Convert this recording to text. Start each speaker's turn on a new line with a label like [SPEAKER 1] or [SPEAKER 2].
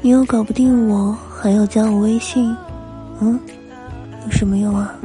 [SPEAKER 1] 你又搞不定我，还要加我微信，嗯，有什么用啊？